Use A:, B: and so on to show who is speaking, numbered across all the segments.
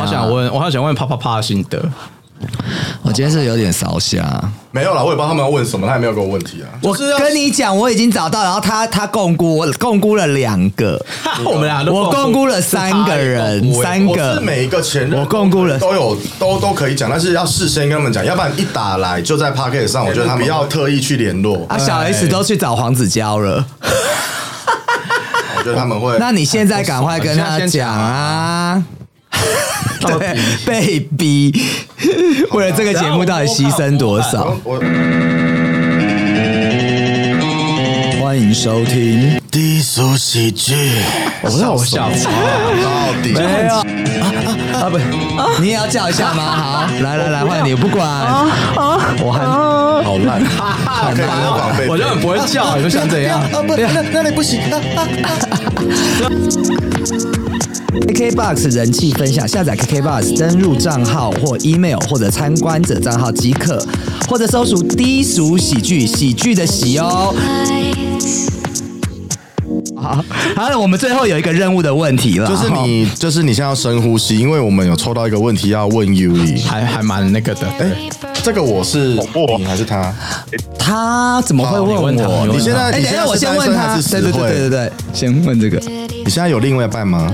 A: 好想问，我好想问啪啪啪的心得。
B: 我今天是有点烧瞎。
C: 没有啦，我也不知道他们要问什么，他也没有给我问题啊。
D: 我跟你讲，我已经找到，然后他他共估，我共估了两个，
A: 我们俩都
D: 我共估了三个人，
A: 欸
D: 三
C: 我是
D: 个。
C: 每一个前任，
D: 我共估了
C: 都有都都可以讲，但是要事先跟他们讲，要不然一打来就在 p a c k e t
D: 哎
C: 上，我觉得他们要特意去联络，
D: 啊，小 S 都去找黄子佼了，
C: 我觉得他们会。
D: 那你现在赶快跟他讲啊！
A: 到底
D: 对，被逼， 为了这个节目到底牺牲多少？
C: 我
D: 欢迎收听，
C: 低俗喜剧，
A: 我让我想
C: 到底
D: 没有哎啊不，你也要叫一下吗？好，来来来，换你，不管，我还
C: 好烂，可以不
D: 哦
C: 要广被
A: 我就很不会叫，你们想怎样？
C: 哦
D: 啊不，那那你不行。KKBOX 人气分享，下载 KKBOX 登入账号或 email 或者参观者账号即可，或者搜索“低俗喜剧”喜剧的喜哦。 好，好了，我们最后有一个任务的问题了，
C: 就是你，就是你现在要深呼吸，因为我们有抽到一个问题要问 U 里。
A: 还还蛮那个的。
C: 哎，这个我是你还是他？
D: 他怎么会问
A: 好
D: 我？
A: 你问他你问他
C: 你现在
D: 哎，等一
C: 你现
D: 下，
C: 在
D: 我
C: 是
D: 先
C: 单
D: 问
C: 身
D: 他
C: 还，是
D: 对对对
C: 死
D: 对
C: 会？
D: 对对，先问这个。
C: 你现在有另外一半吗？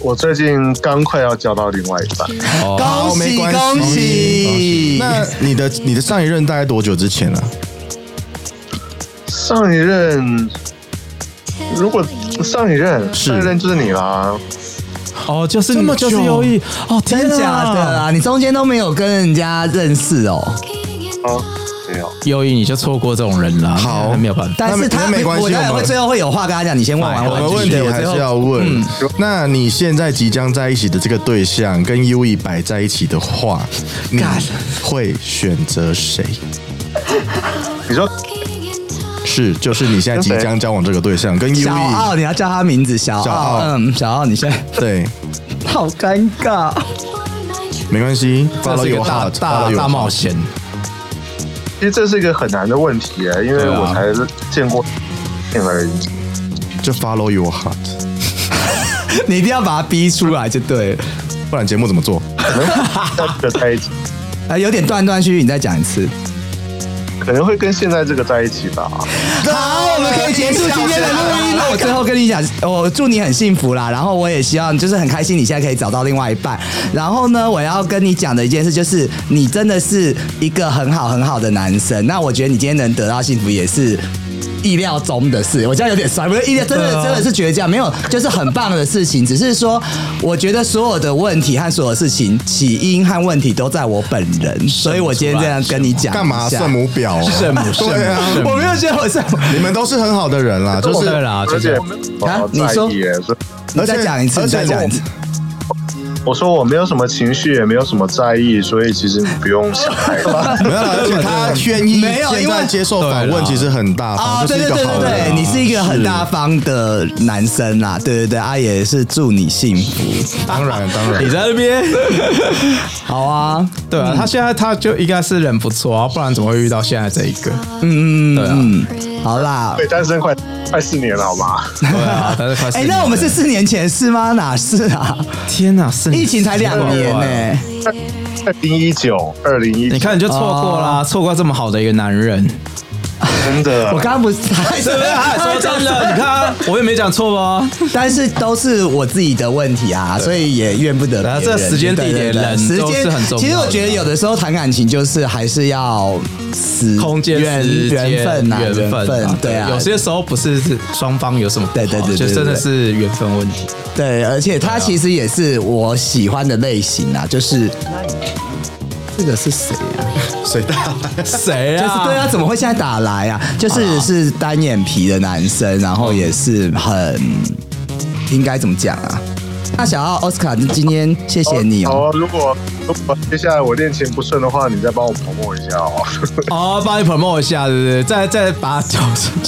E: 我最近刚快要交到另外一半，
D: 恭
C: 好哦没
D: 喜
C: 关系
D: 恭喜！
C: 那你的你的上一任大概多久之前啊？
E: 上一任，如果上一任，上一任就是你啦，
A: 哦，就是
C: 这么久
A: 就是优异哦，
D: 真
A: 天
D: 假
A: 哪
D: 的？啊？你中间都没有跟人家认识哦。
E: 啊，没有，
A: 优异你就错过这种人了，
C: 好
A: 那没有办法。
D: 但是他
C: 那没没关系
D: 我当然
C: 我
D: 会
C: 们
D: 最后会有话跟他讲。你先问完，
A: 好
C: 我
D: 我
C: 们问
D: 继
C: 题
D: 续我
C: 啊还
D: 最
C: 是
D: 后
C: 要问。那你现在即将在一起的这个对象跟 U E 摆在一起的话，你会选择谁？
E: 你说
C: 是，就是你现在即将交往这个对象跟 U
D: 小
C: E
D: 奥，你要叫他名字，小
C: 小
D: 奥
C: 奥，
D: 嗯，小奥，你现在
C: 对，
D: 好尴尬。
C: 没关系
A: 这
C: ，follow
A: 是一
C: your
A: 个
C: heart，
A: 大
C: follow
A: 大
C: your
A: 大冒
C: heart
A: 险，
E: 其实这是一个很难的问题耶，因为我才见过一面而已。
C: 就 follow your heart，
D: 你一定要把他逼出来就对了。
C: 不然节目怎么做？
E: 那个在一起，
D: 啊，有点断断续续，你再讲一次。
E: 可能会跟现在这个在一起吧。
D: 好，我们可以结束今天的录音了。我最后跟你讲，我祝你很幸福啦。然后我也希望就是很开心，你现在可以找到另外一半。然后呢，我要跟你讲的一件事就是，你真的是一个很好很好的男生。那我觉得你今天能得到幸福也是。意料中的事，我这样有点酸，不是意料，真的真的是倔强，没有，就是很棒的事情。只是说，我觉得所有的问题和所有事情起因和问题都在我本人，所以我今天这样跟你讲一下。
C: 干嘛圣母婊哦？
A: 圣母圣母
C: 对啊，
A: 圣母
D: 我没有觉得我是。
C: 你们都是很好的人啦，就是
A: 对啦，就
E: 而且
A: 是
E: 我
D: 啊
E: 在
D: 你说
E: 意耶，所以
D: 你再讲一次，
C: 而
D: 你
C: 且
D: 再讲一次。
E: 我说我没有什么情绪，也没有什么在意，所以其实你不用想太多。
C: 没有啦，而且他愿意
D: 没有因为
C: 现在接受访
A: 对啦
C: 问，其实很大方，就
D: 对
C: 是一
D: 对
C: 个
D: 对
C: 好
D: 对
C: 人
D: 对，
C: 啊。
D: 你是一个很大方的男生啦，对对对，阿、也是祝你幸福。
C: 当然当然
A: 你，在那边。
D: 好啊，
A: 对啊，他现在他就应该是人不错啊，不然怎么会遇到现在这一个？嗯嗯，对啊，
D: 好啦，
E: 对，单身快快四年了，好吗？
A: 对啊，但是快
D: 哎、
A: 四年
D: 那我们是
A: 了
D: 四年前的事吗？哪是啊？
A: 天哪，四年
D: 疫情才两年呢、
C: 啊
E: 二零一九，二零一
A: 你
E: 九，
A: 看你就错过啦，错过这么好的一个男人，
E: 真的
D: 我，刚刚不是 太
A: 对不对？哎说真的，你看啊我也没讲错哦吧？
D: 但是都是我自己的问题啊，所以也怨不得别人。
A: 对啊这时间地点
D: 对对对
A: 人
D: 时
A: 都是很重要的
D: 间，其实我觉得有的时候谈感情就是还是要时
A: 空间、时
D: 缘
A: 间、
D: 缘分啊，缘
A: 分
D: 分，对啊，
A: 有些时候不是双方有什么不好，哦
D: 对对对对
A: 就
D: 对
A: 真的是缘分问题。
D: 对，而且
A: 啊
D: 他其实也是我喜欢的类型啊，就是这个是谁啊？
C: 谁大？
A: 谁
D: 就是
A: 啊？
D: 对啊，怎么会现在打来啊？
A: 哎
D: 就是是单眼皮的男生，然后也是很应该怎么讲啊？那小奥奥斯卡，今天谢谢你
E: 好
D: 哦。
E: 啊，如果如果接下来我恋情不顺的话，你再帮我捧我一下哦。
A: 哦，帮你 promote 一下，对不对？再再把脚，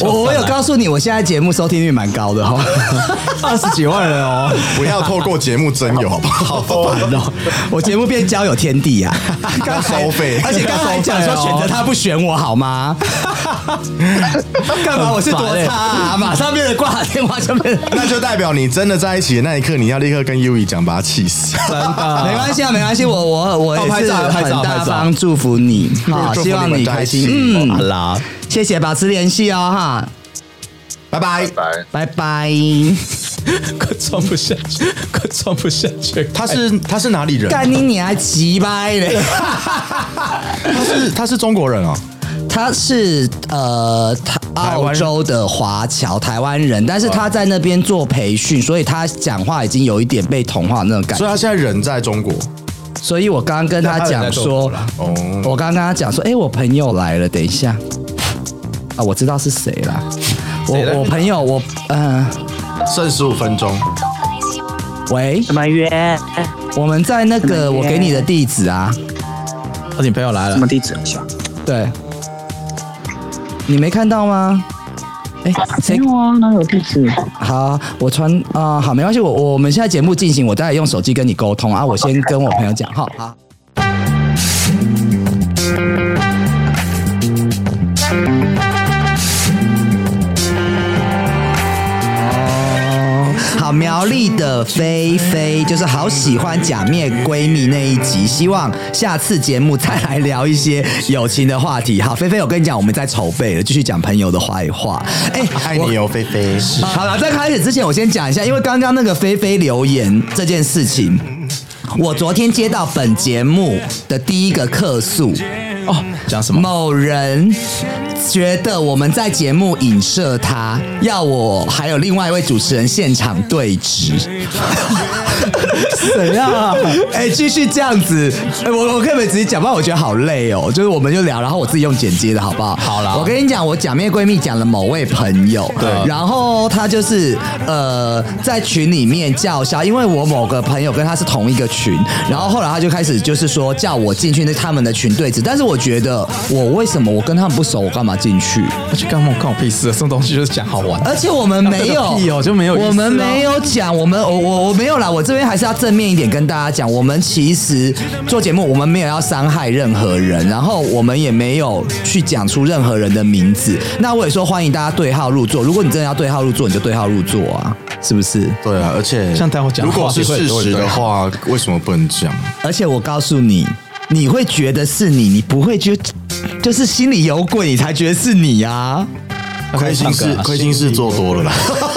D: 我我有告诉你，我现在节目收听率蛮高的哦。
A: 二十几万人哦，
C: 不要透过节目真有，好不好？
D: 哦我节目变交友天地呀、啊，
C: 要收费
D: 而 且刚才讲说选择他不选我好吗？ 干欸嘛？我是多差啊！马上变得挂电话就变得。
C: 那就代表你真的在一起的那一刻，你要立立刻跟 U 一讲，把他气死。
A: 真的
D: 没关系啊，没关系，我我我
A: 哦
D: 也
A: 拍
D: 是
A: 照拍
D: 很
A: 照拍
D: 大
A: 照
D: 方祝福你，好，
C: 祝福
D: 希望
C: 你们
D: 你
C: 在
D: 开
C: 一
D: 心
C: 起，
A: 好
D: 嗯，
A: 啦，
D: 谢谢，保持联系哦，哈，
C: 拜拜。
E: 拜。
D: 拜拜。
A: 快装不下去，快装不下去。
C: 他是他是哪里人？
D: 干你你还急掰嘞？
C: 他是他是中国人哦。
D: 他是呃，他
C: 台湾
D: 澳洲的华侨台湾人，但是他在那边做培训，所以他讲话已经有一点被同化那种感
C: 所以
D: 觉。
C: 他现在人在中国
D: 所以我刚刚跟他讲说，
C: 哦，
D: 我刚刚跟他讲说，哎、我朋友来了，等一下。啊，我知道是谁啦。
A: 谁来
D: 我我朋友，我嗯、呃
C: 剩十五分钟，
D: 喂，
F: 什么约？
D: 我们在那个我给你的地址啊，
A: 哦，你朋友来
F: 什
A: 了
F: 么，地址？一下
D: 对，你没看到吗？哎、谁
F: 没有啊，哪有地址？
D: 好，我传啊、好，没关系，我我们现在节目进行，我待会用手机跟你沟通啊，我先跟我朋友讲，好好。好，苗栗的菲菲就是好喜欢假面闺蜜那一集，希望下次节目再来聊一些友情的话题。好，菲菲，我跟你讲，我们在筹备了，继续讲朋友的坏话。哎、
C: 爱你哦，菲菲。
D: 好了，在开始之前，我先讲一下，因为刚刚那个菲菲留言这件事情，我昨天接到本节目的第一个客诉，
A: 哦，讲什么？
D: 某人觉得我们在节目影射他，要我还有另外一位主持人现场对质。谁啊？ 哎、继续这样子，哎、我我可不可以直接讲？不然我觉得好累哦。就是我们就聊，然后我自己用剪接的好不好？好
A: 啦
D: 我跟你讲，我假面闺蜜讲了某位朋友，对，然后他就是呃在群里面叫嚣，因为我某个朋友跟他是同一个群，然后后来他就开始就是说叫我进去那他们的群对子，但是我觉得我为什么我跟他们不熟，我干嘛进去？
A: 我去干嘛？干我屁事啊！这种东西就是讲好玩。
D: 而且我们没 有，
A: 屁哦就没有意思啊
D: 我们没有讲，我们我我我没有啦，我这边还是要正面一点跟大家讲，我们其实做节目，我们没有要伤害任何人，然后我们也没有去讲出任何人的名字。那我也说欢迎大家对号入座，如果你真的要对号入座，你就对号入座啊，是不是？
C: 对啊，而且
A: 像待会讲
C: 如
A: 的
C: 果
A: 话
C: 是
A: 题会
C: 事
A: 很多
C: 实的
A: 对
C: 话，为什么不能讲？
D: 而且我告诉你，你会觉得是你，你不会觉就是心里有鬼，你才觉得是你啊。
C: 亏
A: 啊
C: 心事，亏心事做多了啦。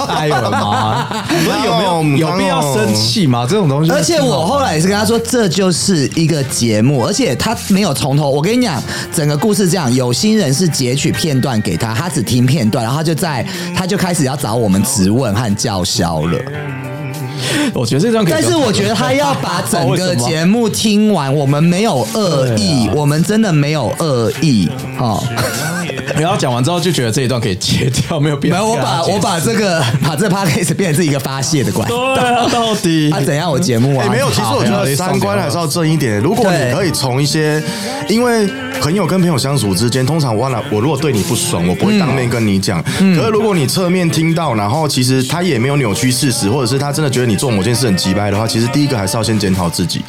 A: 哎呦我的 妈！你说有没
C: 我们
A: 有有必要生气吗？这种东西，
D: 而且我后来也是跟他说，这就是一个节目，而且他没有从头。我跟你讲，整个故事这样，有心人是截取片段给他，他只听片段，然后他就在他就开始要找我们质问和叫嚣了。
A: 我觉得这段可以
D: 但
A: 留，
D: 是我觉得他要把整个节目听完，我们没有恶
C: 啊
D: 意，我们真的没有恶意。 哦，
A: 然后讲完之后就觉得这一段可以切掉，没有必要
D: 然后我
A: 跟他
D: 把
A: 解释。
D: 我把这个把这 p a c a s e 变成是一个发泄的管道。
A: 对啊，到底
D: 啊，怎样？我节目啊，
C: 哎，没有，其实我觉
A: 好
C: 得三观还是要正一点。如果
D: 对
C: 你可以从一些，因为朋友跟朋友相处之间，通常我了，我如果对你不爽，我不会当面跟你讲。可是如果你侧面听到，然后其实他也没有扭曲事实，或者是他真的觉得你做某件事很鸡掰的话，其实第一个还是要先检讨自己。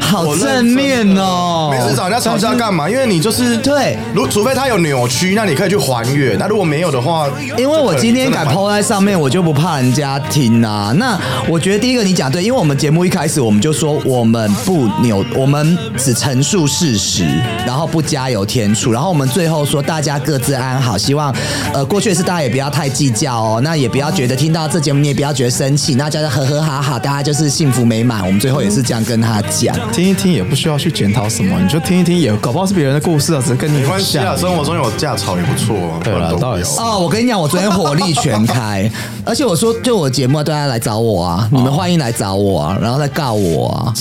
D: 好正面哦。
C: 每次找人家吵架干嘛？因为你就是
D: 对，
C: 如除非他有扭曲，那你可以去还原。那如果没有的话，
D: 因为我今天敢抛在上面，我就不怕人家听啊。那呃我觉得第一个你讲对，因为我们节目一开始我们就说我们不扭，我们只陈述事实，然后不加油添醋，然后我们最后说大家各自安好，希望呃过去的事大家也不要太计较哦，那也不要觉得听到这节目你也不要觉得生气，那大家和和好好，大家就是幸福美满。我们最后也是这样跟他讲。
A: 听一听也不需要去检讨什么，你就听一听也，搞不好是别人的故事啊，只是跟你
C: 没
A: 很
C: 关系
A: 像
C: 啊，
A: 而已
C: 生活中有架吵也不错啊。
A: 对啦
C: 了，
A: 倒也是
D: 哦，我跟你讲，我昨天火力全开，而且我说，就我节目，大家来找我啊，你们欢迎来找我啊，然后再告我啊，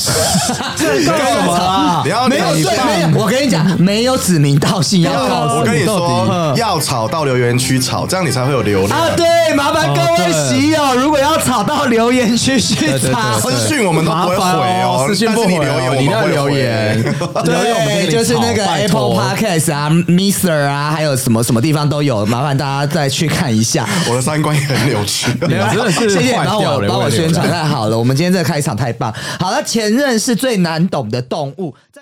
A: 干什么啦
C: 不？要
D: 没有
C: 你
D: 对，
C: 放
D: 没有，我跟你讲，没有指名道姓要告诉
C: 我跟你
A: 到
C: 说，要吵到留言区吵，这样你才会有流量。
D: 啊，对，麻烦各位喜友，如果要吵到留言区去
A: 对对
D: 吵。
A: 对
C: 私讯我们都不会回哦
A: 麻烦私讯不回
C: 但是
A: 哦，
C: 你留言
A: 那
C: 我们会
A: 留
C: 回
A: 言，留言我们可以
D: 对，就是那个
A: 吵拜
D: Apple
A: 托
D: Podcast 啊、Mister 啊，还有什么什么地方都有，麻烦大家再去看一下。
C: 我的三观也很扭曲。
A: 没有，真的是
D: 谢谢你
A: 坏
D: 帮
A: 掉
D: 我
A: 了
D: 帮我
A: 也
D: 宣
A: 不
D: 传，
A: 知道
D: 太好了。我们今天这个开场太棒。好了，前任是最难懂的动物。在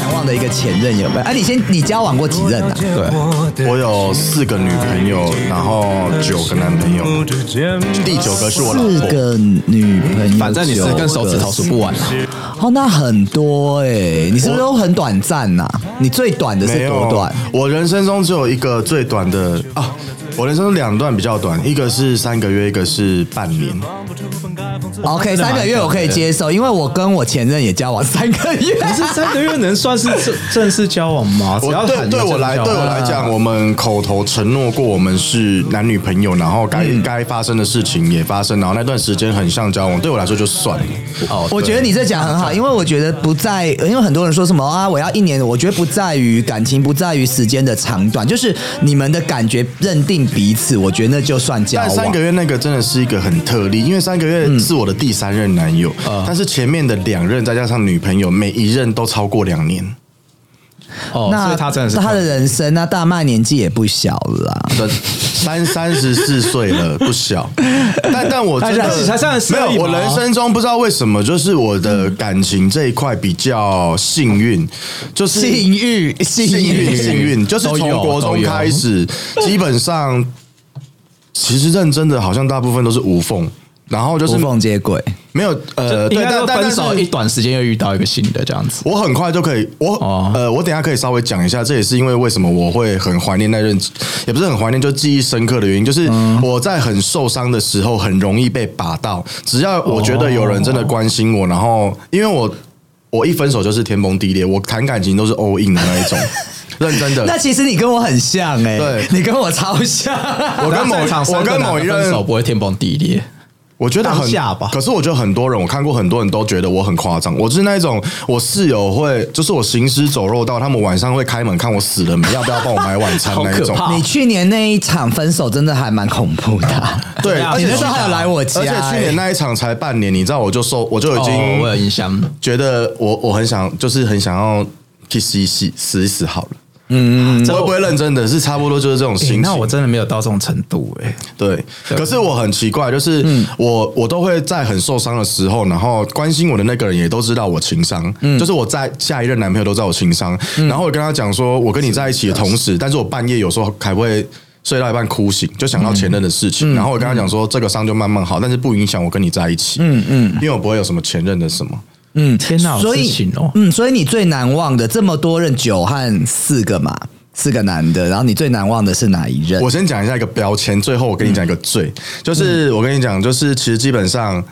D: 难忘棒的一个前任有没有？哎、你先，你交往过几任啊？
G: 对
C: 我有四个女朋友，
D: 嗯
C: 然后九个男朋友，第九个是我老
D: 四
C: 婆。
D: 个女朋友，
A: 反正你是跟手指头数不完啊。
D: 哦，那很多哎、你是不是都很短暂呐、你最短的
C: 没
D: 是多
C: 有
D: 短？，
C: 我人生中只有一个最短的啊，我人生中两段比较短，一个是三个月，一个是半年。
A: 啊
D: OK，三个月我可以接受，因为我跟我前任也交往三个月。
A: 可是三个月能算是正正式交往吗？只
C: 我
A: 要
C: 对
A: 喊
C: 对我来对我来讲，我们口头承诺过我们是男女朋友，然后该、
A: 嗯
C: 该发生的事情也发生，然后那段时间很像交往，对我来说就算了。哦
D: 我觉得你这讲很好，因为我觉得不在，因为很多人说什么啊，我要一年，我觉得不在于感情，不在于时间的长短，就是你们的感觉认定彼此，我觉得那就算交
C: 但三
D: 往
C: 个。月那个真的是一个很特例，因为三个
A: 嗯
C: 月是我的第三任男友，
A: 啊
C: 但是前面的两任再加上女朋友，每一任都超过两年。
A: 哦，所以他真的是
D: 他的人生，那大麦年纪也不小了啊。
C: 的三三十四岁了，不小。但但我真
A: 才
C: 的
A: 三才三十四
C: 没
A: 而已
C: 有，
A: 嘛
C: 我人生中不知道为什么，就是我的感情这一块比较幸运，就是
D: 幸运，
C: 幸
D: 幸
C: 运
D: 运，
C: 幸运，就是
A: 都
C: 从
A: 有
C: 国
A: 都
C: 中
A: 有
C: 开始，基本上其实认真的，好像大部分都是无缝。然后就是
D: 无缝接轨。
C: 没有呃，
A: 应
C: 对，
A: 该
C: 但
A: 说分
C: 但但是
A: 手一短时间又遇到一个新的这样子。
C: 我很快就可以，我、
A: 哦
C: 呃，我等一下可以稍微讲一下，这也是因为为什么我会很怀念那任，也不是很怀念，就记忆深刻的原因，就是
A: 嗯
C: 我在很受伤的时候，很容易被把到，只要我觉得有人真的关心我，然后因为我我一分手就是天崩地裂，我谈感情都是 all in 的 那一种，认真的。
D: 那其实你跟我很像哎、
C: 对
D: 你跟我超像。
C: 我跟某
A: 在场三
C: 我
A: 个
C: 跟某一
A: 男的分
C: 任
A: 手不会天崩地裂，
C: 我觉得很
A: 当下吧
C: 可是我觉得很多人，我看过很多人都觉得我很夸张。我是那一种，我室友会，就是我行尸走肉到他们晚上会开门看我死了没，要不要帮我买晚 餐
A: 好可
C: 那一种。
A: 怕
D: 你去年那一场分手真的还蛮恐怖的。
C: 对，而
D: 你
C: 且
D: 那时候还有来我家、欸
C: 而且去年那一场才半年，你知道我就受，我就已
A: 哦
C: 经
A: 我有印象。
C: 觉得我我很想，就是很想要去死一死死一死好了。
D: 嗯
A: 这
C: 我会不会认真的？是差不多就是这种心
A: 诶
D: 欸
C: 情。
A: 那我真的没有到这种程度哎、
C: 对，嗯可是我很奇怪，就是我我都会在很受伤的时候，然后关心我的那个人也都知道我情商，就是我在下一任男朋友都知道我情商，然后我跟他讲说，我跟你在一起的同时，嗯但是我半夜有时候还会。睡到一半哭醒，就想到前任的事情，然后我跟他讲说，这个伤就慢慢好，但是不影响我跟你在一起。嗯嗯，因为我不会有什么前任的什么。
A: 嗯，天哪，
D: 所
A: 有事
D: 以
A: 情哦，
D: 嗯，所以你最难忘的这么多任九和四个嘛，四个男的，然后你最难忘的是哪一任？
C: 我先讲一下一个标签，最后我跟你讲一个罪，就是我跟你讲，就是其实基本上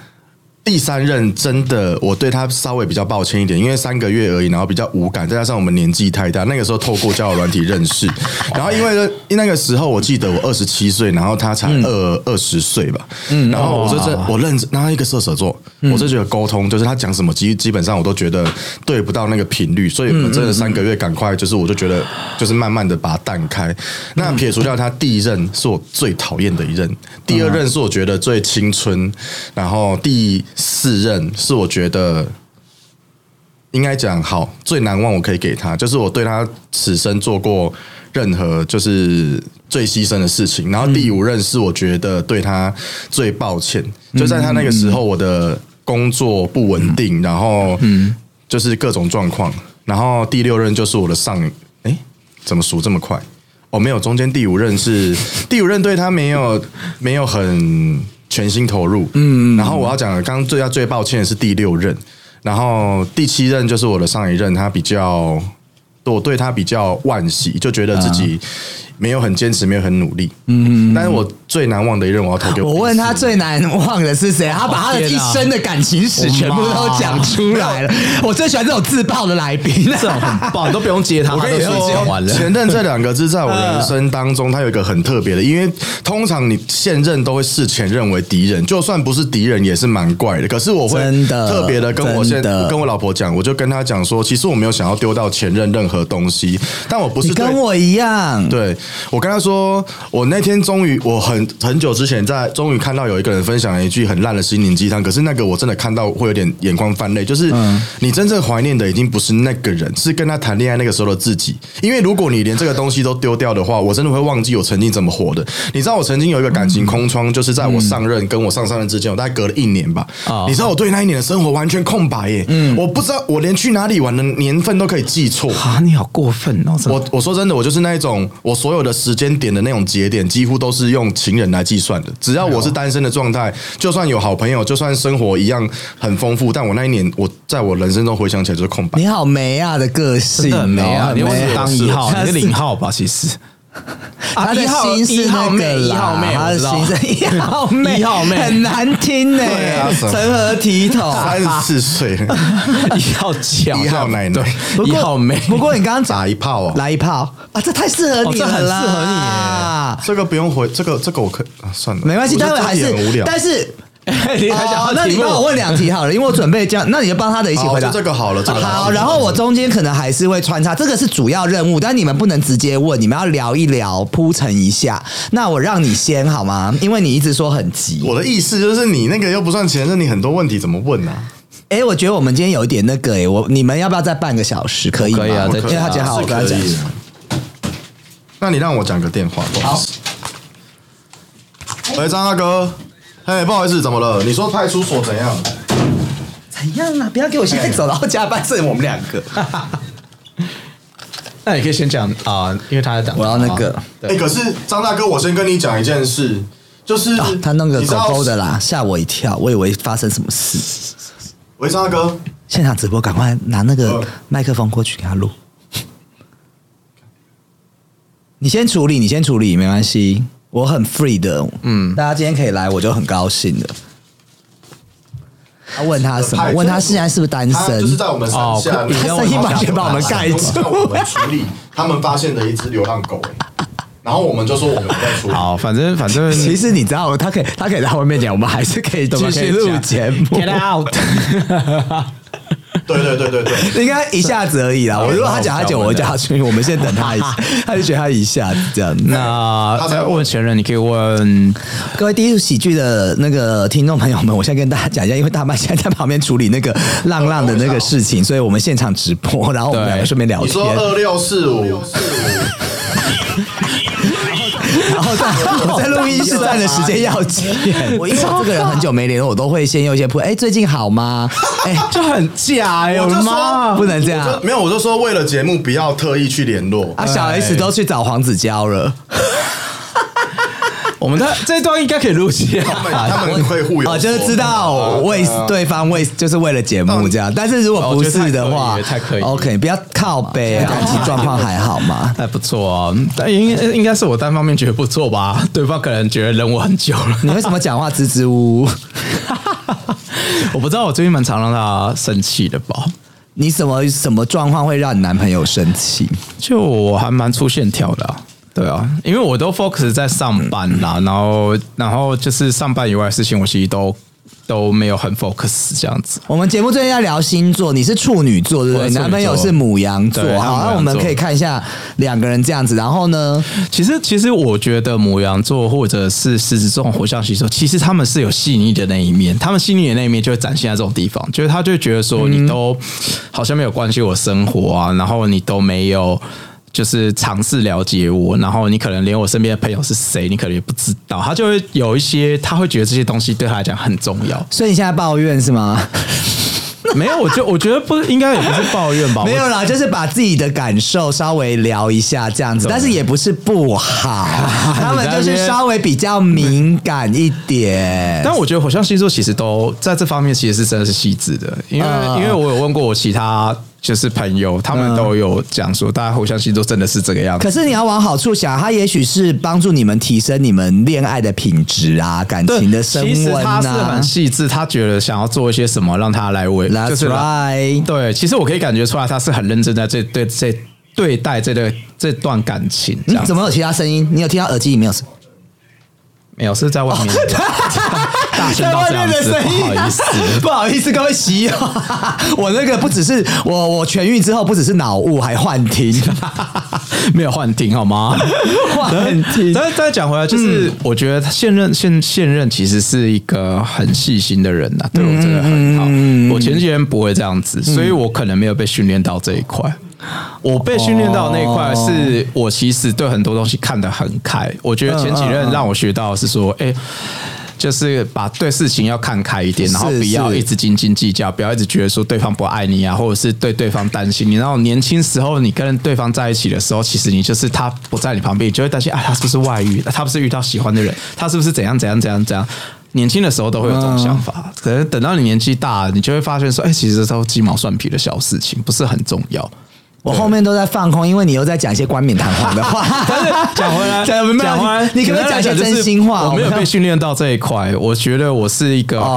C: 第三任真的我对他稍微比较抱歉一点，因为三个月而已，然后比较无感，再加上我们年纪太大，那个时候透过交友软体认识，然后因为那个时候我记得我二十七岁，然后他才二二十岁吧，然后我就真我认真，然后一个射手座，我就觉得沟通就是他讲什么基基本上我都觉得对不到那个频率，所以我真的三个月赶快就是我就觉得就是慢慢的把它淡开。那撇除掉他第一任是我最讨厌的一任，第二任是我觉得最青春，然后第四任是我觉得。应该讲好，最难忘我可以给他，就是我对他此生做过任何就是最牺牲的事情。然后第五任是我觉得对他最抱歉，就在他那个时候，我的工作不稳定，然后就是各种状况。然后第六任就是我的上，哎、怎么数这么快？哦，没有，中间第五任是第五任对他没有没有很全心投入，嗯，然后我要讲的，刚刚最要最抱歉的是第六任，然后第七任就是我的上一任，他比较我对他比较惋惜，就觉得自己没有很坚持，没有很努力，啊嗯，但是我最难忘的一任，我要投给
D: 我
C: 我
D: 问
C: 自己
D: 他最难忘的是谁，他把他的一生的感情史全部都讲出来了。我最喜欢这种自爆的来宾，
A: 这种很棒，你都不用接他，
C: 我
A: 他
C: 跟
A: 都
C: 你
A: 自己讲
C: 说
A: 完，了。
C: 前任这两个字在我人生当中，它有一个很特别的，因为通常你现任都会视前任为敌人，就算不是敌人也是蛮怪的。可是我会
D: 真的
C: 特别的跟我
D: 真
C: 现
D: 的
C: 跟我老婆讲，我就跟她讲说，其实我没有想要丢到前任任何东西，但我不是
D: 你
C: 对
D: 跟我一样，
C: 对，我跟他说，我那天终于，我很很久之前在终于看到有一个人分享了一句很烂的心灵鸡汤，可是那个我真的看到会有点眼眶泛泪，就是你真正怀念的已经不是那个人，是跟他谈恋爱那个时候的自己。因为如果你连这个东西都丢掉的话，我真的会忘记我曾经怎么活的。你知道我曾经有一个感情空窗，就是在我上任跟我上上任之间，我大概隔了一年吧。你知道我对那一年的生活完全空白耶，我不知道我连去哪里玩的年份都可以记错。
A: 啊，你好过分哦！真的
C: 我我说真的，我就是那一种，我所有的时间点的那种节点，几乎都是用情人来计算的。只要
D: 哎
C: 我是单身的状态，就算有好朋友，就算生活一样很丰富，但我那一年，我在我人生中回想起来就是空白。
D: 你好梅亚的个性、哦，
A: 真的很没啊，
D: 很
A: 你为什
D: 梅
A: 么
D: 亚
A: 当一号？
D: 他
A: 你
D: 是
A: 是零号吧？其实
D: 他的
A: 啊一号
D: 心是
A: 一
D: 那
A: 号
D: 个
A: 妹一号
D: 啦，
A: 妹
D: 他
A: 我
D: 的
A: 知道
D: 心是一号妹，
A: 一号妹
D: 很难听呢
C: 对啊，什么
D: 成何体统？
C: 三十四 岁，
A: 一号脚，
C: 一号奶奶
D: 不
A: 对，一
D: 过
A: 号妹。
D: 不过你刚刚
C: 打
D: 讲
C: 一炮哦。
D: 来一炮啊，这太适合
A: 哦
D: 你
A: 这
D: 了啦，
A: 很适合你耶
C: 这个不用回，这个这个我可以啊算了，
D: 没关系，
C: 我觉
D: 待
C: 得
D: 会还
C: 这
D: 是
C: 个也很无聊。，
D: 但是。
A: 你哎还想
D: 哦
A: 要
D: 那你
A: 题目
D: 帮我问两题好了，因为我准备这样，那你就帮他的一起回答。
C: 好就这个好了这个好
D: 好，然后我中间可能还是会穿插，这个是主要任务，但你们不能直接问，你们要聊一聊，铺陈一下。那我让你先好吗？因为你一直说很急。
C: 我的意思就是，你那个又不算前任，你很多问题怎么问啊？
D: 哎、我觉得我们今天有一点那个哎、我你们要不要再半个小时？可以吗？
B: 可以啊再
D: 因为他讲好，我
C: 是
D: 跟他
C: 可
D: 讲。
C: 以。啊那你让我讲个电话，不好意思。喂，哎张大哥，嘿，不好意思，怎么了？你说派出所怎样？
D: 怎样啊？不要给我现在走，然后加班剩我们两个。
C: 哎
A: 那你可以先讲啊，因为他在讲。
D: 我要那个
A: 啊
C: 哎、可是张大哥，我先跟你讲一件事，就是、
D: 啊他弄个
C: 你知
D: 狗
C: 道
D: 狗的。啦，吓我一跳，我以为发生什么事。
C: 喂，张大哥，
D: 现场直播，赶快拿那个
C: 嗯
D: 麦克风过去给 他录。你先处理，你先处理，没关系，我很 free 的。嗯，大家今天可以来，我就很高兴的。他问他什么？
C: 派出所
D: 问他现在是不是单
C: 他就是
D: 身？
C: 在我们山下，
A: 哦
C: 你
D: 他
C: 要
D: 声音完全把我们盖住
C: 让我们处理他们发现的一只流浪狗、哎然后我们就说我们在处理。
A: 好，反正反 正
D: 其实你知道，他可以，他可以在外面讲，我们还是可以继续录节 目。
A: Get out！
C: 对对对对对，
D: 应该一下子而已啦。我如果他讲他久，我就叫他去。我们先等他一 下，他就觉得他一下子这样。
A: 那
C: 他在
A: 再问前任，你可以问
D: 各位第一组喜剧的那个听众朋友们，我现在跟大家讲一下，因为大麦现在在旁边处理那个浪浪的那个事情，所以我们现场直播，然后我们
A: 对
D: 两个顺便聊
C: 你说
D: 天，
C: 二六四五。
D: 然后在 我在录音室站的时间要紧。 我因为我这个人很久没联络，我都会先用一些铺，哎、最近好吗？哎、
A: 就很假哎，
C: 我
A: 我
C: 就
A: 的
C: 说
A: 妈！
D: 不能这样
C: 就没有，我就说为了节目不要特意去联络。
D: 啊！小 S 都去找黄子佼了，
A: 我们的这一段应该可以录下
C: 他们他们会互有
D: 啊哦，就是知道
A: 啊
D: 为对方为就是为了节目这样，但是如果不是的话
A: 哦，我觉得太刻意了太刻意哦
D: o k 不要靠背、啊，感情状况还好吗？
A: 还不错哦，但应应该是我单方面觉得不错吧，对方可能觉得忍我很久了。
D: 你为什么讲话支支吾吾？
A: 我不知道，我最近蛮常让他生气的吧？
D: 你什么什么状况会让你男朋友生气？
A: 就我还蛮粗线条的啊、对啊，因为我都 focus 在上班啦，然后然后就是上班以外的事情，我其实都都没有很 focus 这样子。
D: 我们节目最近要聊星座，你是处女座对不
A: 我
D: 对？
A: 是
D: 你
A: 处女座
D: 男朋友是母羊座，
A: 对
D: 好，
A: 他是
D: 那
A: 母羊座
D: 我们可以看一下两个人这样子。然后呢，
A: 其实，其实我觉得母羊座或者是狮子座、火象星座，其实他们是有细腻的那一面，他们细腻的那一面就会展现在这种地方，就是他就会觉得
D: 嗯
A: 说，你都好像没有关心我生活啊，然后你都没有。就是尝试了解我，然后你可能连我身边的朋友是谁，你可能也不知道，他就会有一些，他会觉得这些东西对他来讲很重 要。
D: 所以你现在抱怨是吗？
A: 没有，我就我觉得不应该也不是抱怨吧，
D: 没有
A: 我
D: 啦，就是把自己的感受稍微聊一下这样子，但是也不是不 好，他们就是稍微比较敏感一点。
A: 但我觉得火象星座其实都在这方面其实是真的是细致的，因为、
D: 嗯
A: 因为我有问过我其他就是朋友，他们都有讲说，大家火象星座真的是这个样子
D: 可。是你要往好处想，它也许是帮助你们提升你们恋爱的品质啊，感
A: 对
D: 情的升
A: 其实
D: 温
A: 他是
D: 啊
A: 很。细致，他觉得想要做一些什么，让他来为就
D: That's
A: 是让
D: right。嗯
A: 对，其实我可以感觉出来，他是很认真在这对这对待这对这段感情这
D: 你
A: 样。
D: 怎么有其他声音？你有听到耳机里面有声？
A: 没有是在外面？ 大声到这样子，不好意思。
D: 啊不好意思，各位喜友， 我那个不只是我我痊愈之后，不只是脑雾，还幻听，
A: 没有幻听好吗？
D: 幻 听。
A: 但是再讲回来，就是
D: 嗯
A: 我觉得现任现现任其实是一个很细心的人呐、对
D: 嗯
A: 我真的很好。我前几天不会这样子，所以我可能没有被训练到这一块。我被训练到的那一块，
D: 哦
A: 是我其实对很多东西看得很开。我觉得前几
D: 嗯
A: 任让我学到的是说，哎、就是把对事情要看开一点，然后
D: 是
A: 不要
D: 是
A: 一直斤斤计较，不要一直觉得说对方不爱你啊，或者是对对方担心你。然后年轻时候你跟对方在一起的时候，其实你就是他不在你旁边，你就会担心啊，他是不是外遇？他是不是遇到喜欢的人？他是不是怎样怎样怎样怎样？年轻的时候都会有这种想法，
D: 嗯
A: 可能等到你年纪大，你就会发现说，哎、其实都鸡毛蒜皮的小事情，不是很重要。
D: 我后面都在放空，因为你又在讲一些冠冕堂皇的话。
A: 但是讲回来，
D: 讲
A: 讲
D: 回
A: 回
D: 来
A: 来，
D: 你可不可以讲一些真心话
A: 我没有被训练到这一块，我觉得我是一个很粗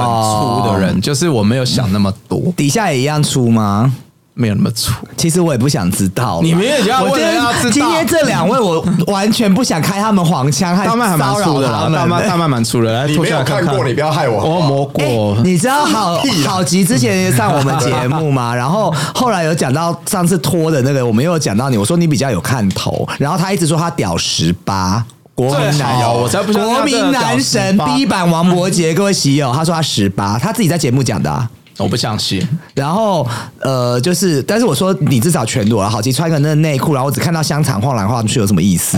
A: 的
D: 哦
A: 人，就是我没有想那么多，
D: 底下也一样出吗？
A: 没有那么粗。
D: 其实我也不想知道啦。
A: 你们也要
D: 我
A: 为
D: 今
A: 了要知道
D: 天今天这两位，我完全不想开他们黄腔，还
A: 大麦还蛮
D: 哎骚
A: 粗
D: 扰
A: 的
D: 他
A: 啦，
D: 们。
A: 大麦大麦蛮粗的，来
C: 你
A: 脱
C: 没
A: 下
C: 有
A: 来看
C: 看过，你不要害我好不
A: 我
C: 好。
A: 摸过。
D: 哎你知道好
A: 啊
D: 好吉之前上我们节 目嘛，然后后来有讲到上次拖的那个，我们又有讲到你，我说你比较有看头，然后他一直说他屌十八。国民
A: 最
D: 男
A: 好我才不相信他
D: 国
A: 真的
D: 民
A: 屌
D: 男神
A: 18
D: B 版王伯杰，各位喜友，他说他十八，他自己在节目讲的、啊。
A: 哦我不相信，
D: 然后呃，就是，但是我说你至少全裸了，啊好奇穿个那个内裤，然后我只看到香肠晃来晃去，有什么意思？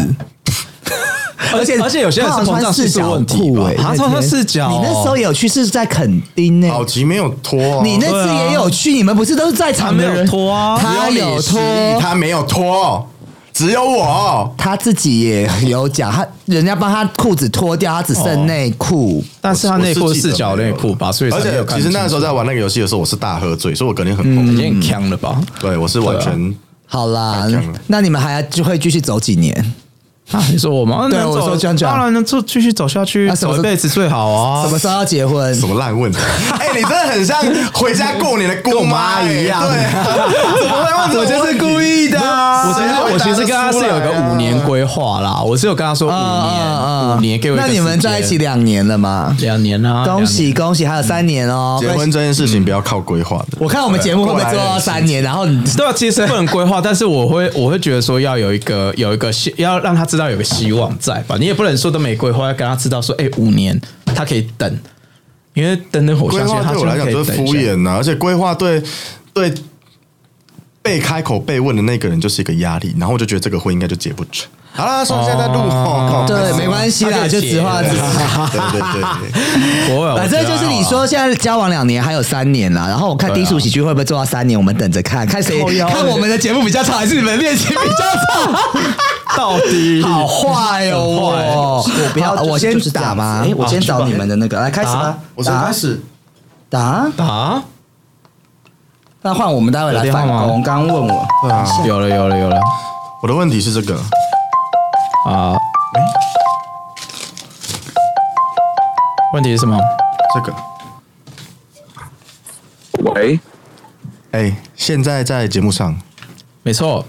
A: 而
D: 且
A: 而且有些人是
D: 他好像
A: 膨胀
D: 穿
A: 系
D: 四
A: 数
D: 角
A: 问题
D: 裤
A: 吧
D: 哎，，
A: 他
D: 那
A: 说他
D: 天
A: 视角，哦
D: 你那时候也有去是在垦丁欸呢、
C: 好奇没有拖啊，
D: 你那次也有去，你们不是都是在场的人？
A: 哦他没有脱啊
D: 他
C: 只有
D: 有
C: 你失
D: 脱，
C: 忆，他没有拖，只有我。哦
D: 他自己也有讲，他人家帮他裤子脱掉，他只剩内裤。
A: 但是他内裤
C: 我
A: 是
C: 是记得
A: 四角内裤吧，所以
C: 而
A: 才没
C: 且
A: 有看
C: 其实那
A: 清
C: 时候
A: 楚嗯
C: 在玩那个游戏的时候，我是大喝醉，所以我肯定很
A: 已
C: 懵。
A: 经啊很强了吧？
C: 对，我是完全
D: 好啦
C: 太强了，
D: 那你们还就会继续走几年？
A: 啊，你说我吗？
D: 对
A: 那
D: 我
A: 走
D: 说娟娟
A: 当然能做继续走下去
C: 啊
D: 那，什么
A: 走一
D: 时候
A: 辈子最好啊
D: 什。么时候要结婚？
C: 什么烂 问题。哎，你真的很像回家过年的
A: 跟
C: 姑
A: 我妈一样
C: 哎对啊，怎么会问这种问题？我就是故意的
A: 啊我其实我其实跟他是有个
C: 啊
A: 五年规划啦，我是有跟他说五
D: 嗯嗯
A: 年，
D: 嗯
A: 五年给我一个
D: 那
A: 时间。
D: 你们在一起两年了吗？
A: 两年啊，
D: 恭喜
A: 两年！
D: 恭喜，还有三年哦。
C: 结婚这件事情不要靠规划的。
D: 我看我们节目会不会做到三年？然后你
A: 对啊，其实不能规划，但是我会我会觉得说要有一个有一个希，要让他知道有个希望在吧。你也不能说都没规划，要跟他知道说，哎，五年他可以等，因为等等火
C: 规
A: 相信
C: 划
A: 他
C: 对我来讲就是
A: 可以等一
C: 敷
A: 下。
C: 衍啊呐、而且规划对对被开口被问的那个人就是一个压力，然后我就觉得这个婚应该就结不成。好啦，算了，现在在录哦，
D: 对，没关系啦，
A: 他就
D: 就
A: 结
D: 直话直说。
C: 系，对对对对，
A: 不会
D: 反正就是
A: 哦
D: 你，说现在交往两年，还有三年啦。然后我看低俗喜剧会不会做到三年，我们等着看看谁
A: 啊靠腰
D: 看我们的节目比较长，还是你们的恋情 比较长？
A: 我到底
D: 好坏哦，我我不要，
A: 好
D: 我先
A: 就是这样
D: 打吗？
A: 子
D: 哎，我先
A: 好
D: 找
A: 去吧
D: 你们的那个来开始吧
A: 打。
C: 我先开始，
D: 打打，
A: 啊？
D: 那换我们待会来
A: 有电话
D: 反
A: 吗
D: 攻。刚刚问我，
C: 对啊，
A: 有了，有了，有了
C: 我的问题是这个，
A: 啊！问题是什么？
C: 这个，
E: 喂，
C: 哎，现在在节目上，
A: 没错。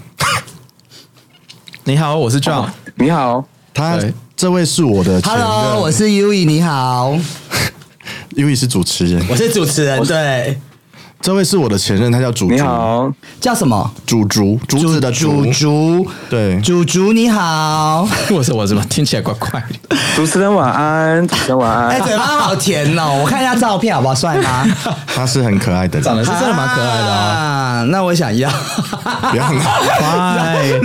A: 你好，我是
D: 哦
A: John。
E: 你好，
C: 他
A: 对
C: 这位是我的前任
D: Hello，我是 Yui，你好，
C: 因为是主持人，
D: 我是主持人，对，
C: 这位是我的前任，他叫主
E: 你
C: 竹，
E: 好，
D: 叫什么？
C: 主竹，竹子的竹
D: 主，竹，
C: 对，
D: 主竹你 好，
A: 我是我怎么听起来怪怪的？
E: 主持人晚安，主持人晚
D: 哎，
E: 安。
D: 嘴巴好甜哦，我看一下照片好不好，帅吗？
C: 他是很可爱的
A: 长
C: 人，
A: 得 是真的蛮可爱的啊！
D: 啊，那我 想要。
C: 不要
A: 拜，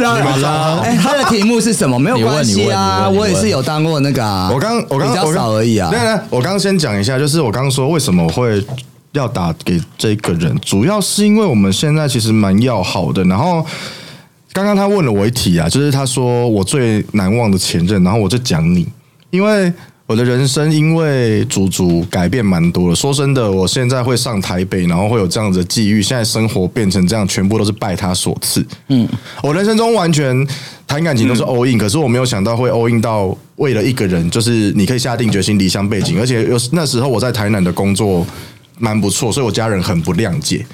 D: 好了，哎，他的题目是什么？没有
A: 你问
D: 关
A: 你
D: 系啊，
A: 问你问你
D: 我
A: 问
D: 也是有当过那个啊，
C: 我刚我刚
D: 比较
C: 我刚
D: 少而已啊
C: 对。啊，我刚先讲一下，就是我刚说为什么会要打给这个人，主要是因为我们现在其实蛮要好的，然后。刚刚他问了我一题啊，就是他说我最难忘的前任，然后我就讲你，因为我的人生因为足足改变蛮多了。说真的，我现在会上台北，然后会有这样子的际遇，现在生活变成这样，全部都是拜他所赐。嗯，我人生中完全谈感情
D: 嗯
C: 都是 all in，、可是我没有想到会 all in 到为了一个人，就是你可以下定决心离乡背景，而且有那时候我在台南的工作蛮不错，所以我家人很不谅解。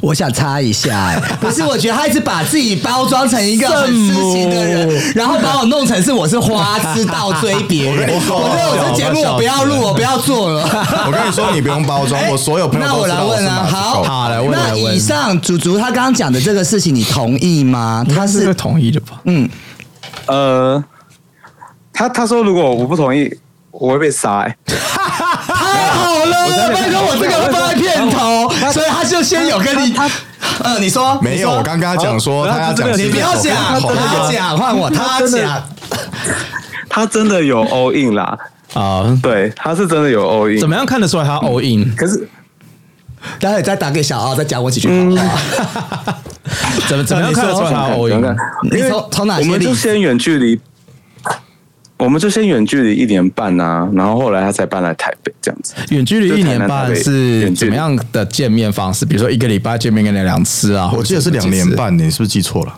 D: 我想插一下、哎不是，我觉得他一直把自己包装成一个很痴情的人，然后把我弄成是我是花痴倒追别人。我
C: 我
D: 觉得我这节目我不要录，我不要做了。
C: 我跟你说，你不用包 装， 我所有朋友
D: 哎那
C: 都
D: 我
C: 知
D: 来
C: 道我是
D: 问
C: 马
D: 啊，
C: 子
D: 好，
C: 狗
A: 好来问
D: 那
A: 来问
D: 以上祖祖他刚刚讲的这个事情，你同意吗？他
A: 是
D: 是
A: 同意的吧？
D: 嗯，
G: 呃，他他说如果我不同意，我会被杀、欸。
D: 太好了，
G: 真的
D: 拜托我这个放在片头，所以他就先有跟你，呃，你说
C: 没有，我刚刚讲说他要讲
G: 好
C: 十
D: 你不
C: 遍
D: 要
C: 手
D: 讲，
C: 好
D: 他讲换我，他
G: 真的
D: 讲，
G: 他真的有 all in 啦，
D: 哦
A: 啊，
G: 对，他是真的有 all in。
A: 怎么样看得出来他 all in？
G: 可是
D: 待会再打给小奥，再讲我几句话好不好。
A: 怎么怎么样看得出来呃他 all
G: 怎么
A: in？
G: 看？
D: 嗯你
G: 因为
D: 从从哪些
G: 我们
D: 例
G: 就
D: 子
G: 先远距离，我们就先远距离一年半啊，然后后来他才搬来台北这样子。
A: 远距离一年
G: 就台南台
A: 半
G: 北
A: 是
G: 远距
A: 怎
G: 离
A: 么样的见面方式？比如说一个礼拜见面个两次啊？
C: 我记得是两年半，你是不是记错了？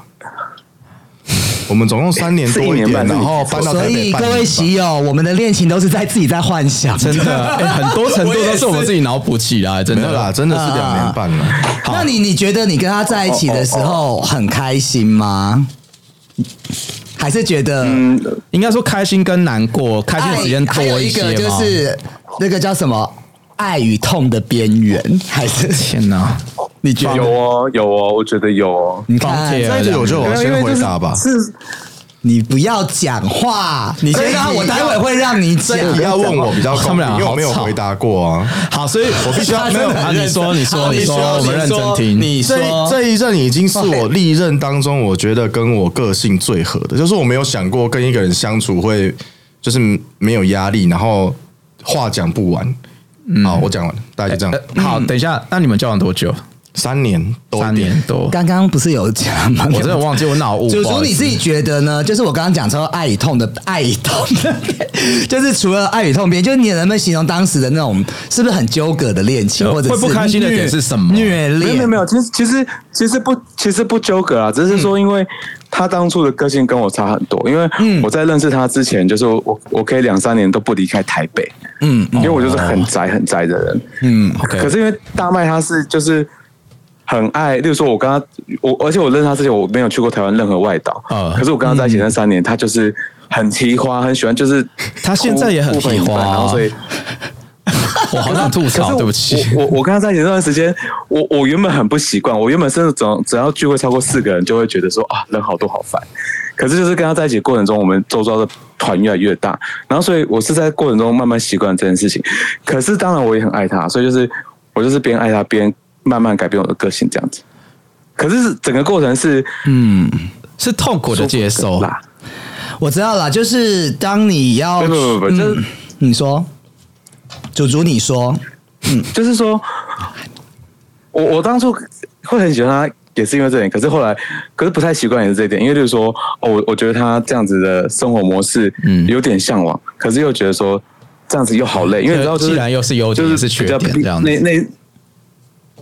C: 我们总共三年多
G: 是一年
C: 点，
G: 半
C: 然后哦搬到
D: 所
C: 台北
D: 以
C: 半年吧。
D: 各位喜友，我们的恋情都是在自己在幻想，
A: 或者是，真 的，哎很多程度都是我们自己脑补起来，真
C: 没有
A: 的
C: 啦，。啊真的是两年半了。
D: 那你你觉得你跟他在一起的时候很开心吗？还是觉得
G: 嗯，
A: 应该说开心跟难过，开心
D: 爱
A: 的时间
D: 哎还有
A: 多
D: 一
A: 些嘛
D: 个。就是那个叫什么爱与痛的边缘，还是
A: 天哪，
D: 你觉
G: 有
D: 得？
G: 哦，有哦，我觉得有哦。
D: 你
A: 放
D: 看，
A: 弃
C: 这一
A: 了
C: 我就我
G: 因
C: 先
G: 为就
C: 回
G: 是
C: 答吧。
G: 是
D: 你不要讲话，你
A: 哎
D: 先让我待会会让你讲。
A: 啊
C: 你要问我比 较
A: 他
C: 公
A: 们
C: 平，
A: 俩
C: 因为我没有
A: 好吵
C: 回答过啊。
A: 好，所以我
C: 必 须要
A: 没有啊，你说你说你说，我们认真听。
D: 你
C: 这一这一任已经是我历任当中，我觉得跟我个性最合的，就是我没有想过跟一个人相处会就是没有压力，然后话讲不完。好，我讲完了，大概就这样。
A: 呃好，等一下，那你们交往多久？
C: 三年多
A: 三
C: 一点
A: 年多。
D: 刚刚不是有讲吗？
A: 我真的忘记我脑雾。
D: 主
A: 不好
D: 厨，
A: 意
D: 你
A: 思
D: 自己觉得呢？就是我刚刚讲说爱与痛的爱与痛的 边，就是除了爱与痛边，就是你能不能形容当时的那种是不是很纠葛的恋情，
A: 呃
D: 或者是
A: 会不开心的点是什么
D: 虐
G: 没有
D: 恋？
G: 没有没有，其实其实其实不其实不纠葛啊，只是
A: 嗯
G: 说因为他当初的个性跟我差很多，因为我在认识他之前，就是我我可以两三年都不离开台北，
D: 嗯，
G: 因为我就是很宅很宅的人，
D: 嗯，
A: 哦 OK
G: 可是因为大麦他是就是很爱，例如说我跟他我，而且我认识他之前我没有去过台湾任何外岛，
A: 嗯
G: 可是我跟他在一起那三年，他就是很奇花，很喜欢就是
A: 他现在也很
G: 哭哭
A: 奇花啊
G: 然后所以
A: 我好想吐
G: 可是
A: 槽，
G: 我
A: 对不起。
G: 我我我跟他在一起那段时间，我我原本很不习惯，我原本甚至总只要聚会超过四个人，就会觉得说啊人好多好烦。可是就是跟他在一起过程中，我们周遭的团越来越大，然后所以我是在过程中慢慢习惯这件事情。可是当然我也很爱他，所以就是我就是边爱他边慢慢改变我的个性这样子。可是整个过程是
A: 是痛苦的接受，
G: 啦，
D: 我知道了，就是当你要
G: 不不不不，就是
D: 嗯你说，主厨你说，
G: 就是说，我我当初会很喜欢他，也是因为这点。可是后来，可是不太习惯也是这一点，因为就是说，哦，我我觉得他这样子的生活模式，
A: 嗯
G: 嗯，有点向往，可是又觉得说这样子又好累，因为你知道、就是，
A: 既然又是优点
G: 就
A: 也是缺点
G: 比较
A: 这 样子嗯
G: 那那。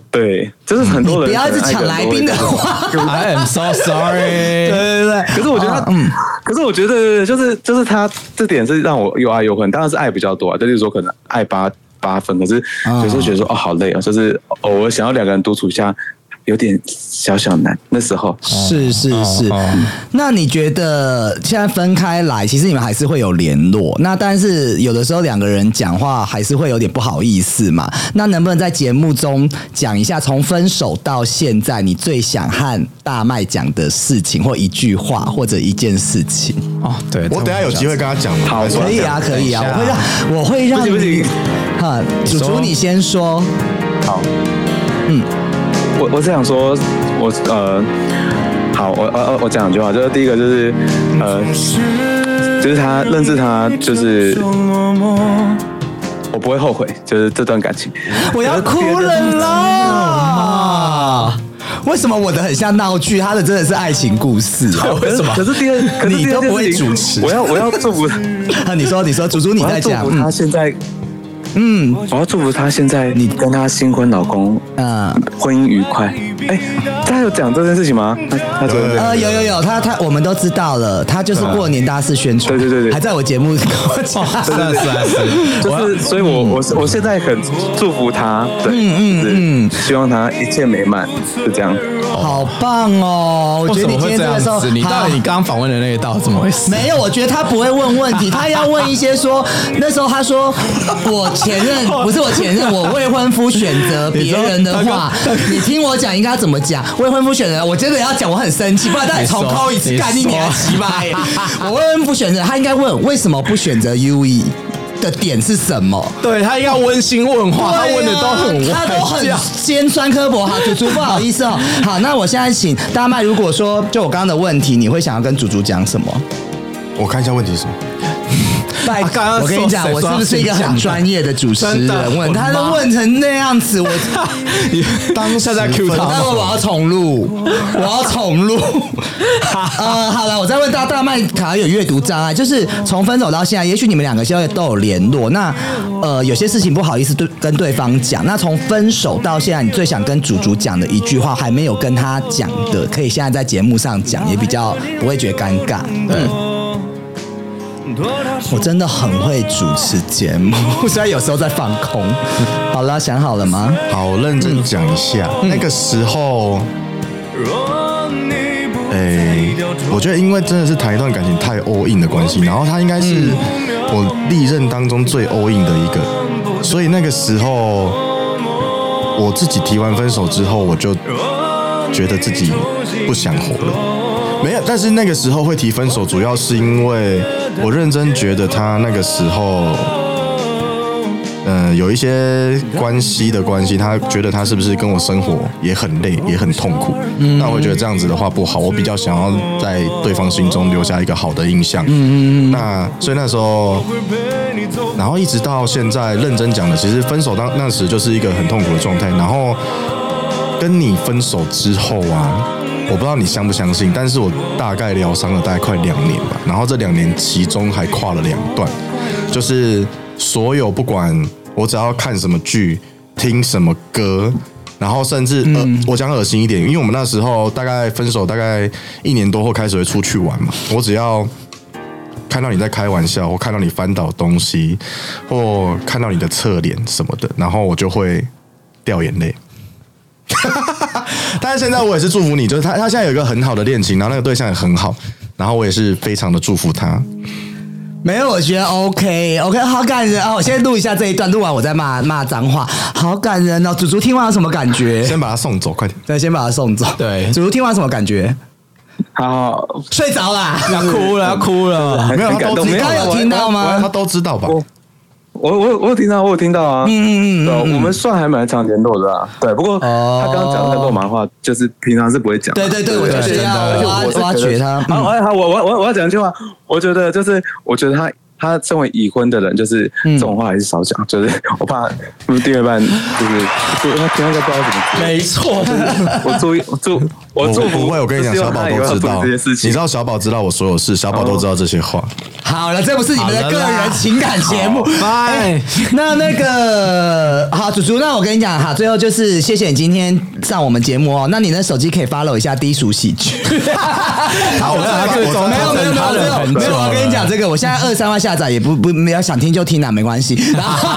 G: 对，就是很多人
D: 你不要一直
G: 可
D: 抢
G: 能爱个
D: 来
G: 人
D: 宾的
G: 都会
D: 话
G: 这样
A: I am so sorry。
D: 对对，
G: 可是我觉
D: 啊
G: 得他，嗯，可是我觉得就是就是他这点是让我又爱又恨，当然是爱比较多啊，就是说可能爱八八分，可是有时候觉得说、哦好累啊，就是偶尔想要两个人独处一下，有点小小难。那时候
D: 是是是
A: 哦，
D: 那你觉得现在分开来，其实你们还是会有联络，那但是有的时候两个人讲话还是会有点不好意思嘛。那能不能在节目中讲一下，从分手到现在，你最想和大麦讲的事情，或一句话，或者一件事情？
A: 哦，对，
C: 我等一下有机会跟他讲嘛。
G: 好
C: 还是
D: 可以啊，可以啊，我会让我会让
G: 不行不
D: 你
G: 行，
D: 哈，主
A: 说
D: 厨你先说，
G: 我我是想说，我呃，好，我呃呃，我讲两句话，就是第一个就是呃，就是他认识他，就是我不会后悔，就是这段感情。
D: 我要哭了啦！为什么我的很像闹剧，他的真的是爱情故事啊？
G: 可是可是第二，可是
D: 你
G: 第
D: 都
G: 二件
D: 不会
G: 事情
D: 主持
G: 我要我要祝福。
D: 啊你说，你说，祖祖你
G: 我要
D: 在
G: 祝
D: 讲，
G: 福
D: 嗯
G: 他现在
D: 嗯
G: 我要祝福她现在你跟她新婚老公
D: 嗯
G: 婚姻愉快。哎，她有讲这件事情吗？她她怎么
D: 呃，有
G: 讲？
D: 有有，他他我们都知道了，他就是过年大肆宣传，
G: 对对对对
D: 还在我节目跟我讲，
A: 是啊是啊是啊，
G: 就
A: 我要
G: 是，所以我
D: 嗯
G: 我我现在很祝福她，对，嗯嗯嗯，希望她一切美满，就这样。
D: 好棒哦！我
A: 为
D: 觉
A: 什
D: 得你
A: 么
D: 今
A: 会
D: 天
A: 这
D: 这
A: 样
D: 个时候，
A: 子？你
D: 好
A: 到底你刚刚访问的那一道怎么回事？
D: 没有，我觉得他不会问问题，他要问一些 说，那时候他说我前任不是我前任，我未婚夫选择别人的话，你听我讲应该要怎么讲？未婚夫选择，我真的要讲，我很生气，不然再重抠一次，
A: 你说
D: 干你娘鸡巴耶！我未婚夫选择，他应该问为什么不选择 U E 的点是什么？
A: 对他应该温馨问话，啊他问的都很
D: 对啊他都
A: 外
D: 很
A: 向。
D: 尖酸刻薄。好，主竹不好意思哦。好，那我现在请大麦，如果说就我刚刚的问题，你会想要跟主竹讲什么？
C: 我看一下问题是什么。
D: 拜
A: 啊刚刚
D: 我跟你
A: 说
D: 讲，
A: 谁
D: 我是
A: 说
D: 不是一个
A: 要先
D: 很
A: 讲
D: 专业的主持
A: 真的
D: 人？
A: 我
D: 问
A: 的
D: 他都
A: 妈
D: 问成那样子，我
A: 当下在 Q
D: 那
A: 他，
D: 我要重录，我要重录。呃，好了，我再问大大麦卡有阅读障碍，就是从分手到现在，也许你们两个现在都有联络，那呃有些事情不好意思对跟对方讲，那从分手到现在，你最想跟主主讲的一句话，还没有跟他讲的，可以现在在节目上讲，也比较不会觉得尴尬。对。我真的很会主持节目， 虽然有时候在放空。好了，想好了吗？
C: 好，认真讲一下，那个时候，哎、我觉得因为真的是谈一段感情太 all in 的关系，然后他应该是我历任当中最 all in 的一个，所以那个时候我自己提完分手之后，我就觉得自己不想活了。没有，但是那个时候会提分手，主要是因为我认真觉得他那个时候嗯，有一些关系的关系，他觉得他是不是跟我生活也很累，也很痛苦。
E: 嗯
C: 那我觉得这样子的话不好，我比较想要在对方心中留下一个好的印象。嗯嗯嗯。那所以那时候，然后一直到现在认真讲的，其实分手当那时就是一个很痛苦的状态。然后跟你分手之后啊，我不知道你相不相信，但是我大概疗伤了大概快两年吧。然后这两年其中还跨了两段，就是所有不管我只要看什么剧、听什么歌，然后甚至呃，我讲恶心一点，因为我们那时候大概分手大概一年多后开始会出去玩嘛，我只要。看到你在开玩笑，或看到你翻倒东西，或看到你的侧脸什么的，然后我就会掉眼泪。 但是现在我也是祝福你，就是他他现在有一个很好的恋情，然后那个对象也很好，然后我也是非常的祝福他。
D: 没有，我觉得 OK OK，好感人啊！我先录一下这一段，录完我再骂骂脏话，好感人哦！祖祖听完有什么感觉？
C: 先把他送走，快点。
D: 对，先把他送走。
A: 对
D: 祖祖听完有什么感觉？
G: 好，
D: 睡着啦。
A: 要哭了要哭了。
G: 很
C: 没有
G: 很
C: 他
G: 感
C: 都
G: 动，
C: 知
G: 没
D: 你
G: 有
D: 刚啊刚有听到
G: 啊
D: 吗
C: 他？都知道吧？
G: 我我我有我有听到，我有听到啊，嗯嗯嗯，我们算还蛮常联络的啊，对，不过
D: 哦
G: 他刚刚讲的那肉麻话，就是平常是不会讲的，
D: 对对对，我就是
G: 而且
D: 要挖
G: 我是
D: 挖
G: 觉
D: 掘
G: 得
D: 他。嗯
G: 好，我好，我我我我要讲一句话，我觉得就是，我觉得他他身为已婚的人，就是
D: 嗯
G: 这种话还是少讲，就是我怕第二半就是就他平常都不知道怎么 接。
A: 没错，
G: 我祝我祝我祝福，
C: 不会，我跟你讲，
G: 就
C: 小
G: 希望
C: 宝
G: 他以
C: 都
G: 后
C: 知
G: 不
C: 道。
G: 这件事
C: 你
G: 情，
C: 知道小宝知道我所有事，小宝都知道这些话。
D: 好了，这不是你们的个人情感节目。
A: 拜。
D: 那那个好，祖祖，那我跟你讲哈，最后就是谢谢你今天上我们节目哦。那你的手机可以 follow 一下低俗喜剧。
C: 好，我知道
A: 他最
C: 我
A: 懂
D: 没
C: 知
D: 有
C: 道
D: 没有没有没有没有，我跟你讲这个，我现在二三万下载也不不没有想听就听啦，没关系。 然后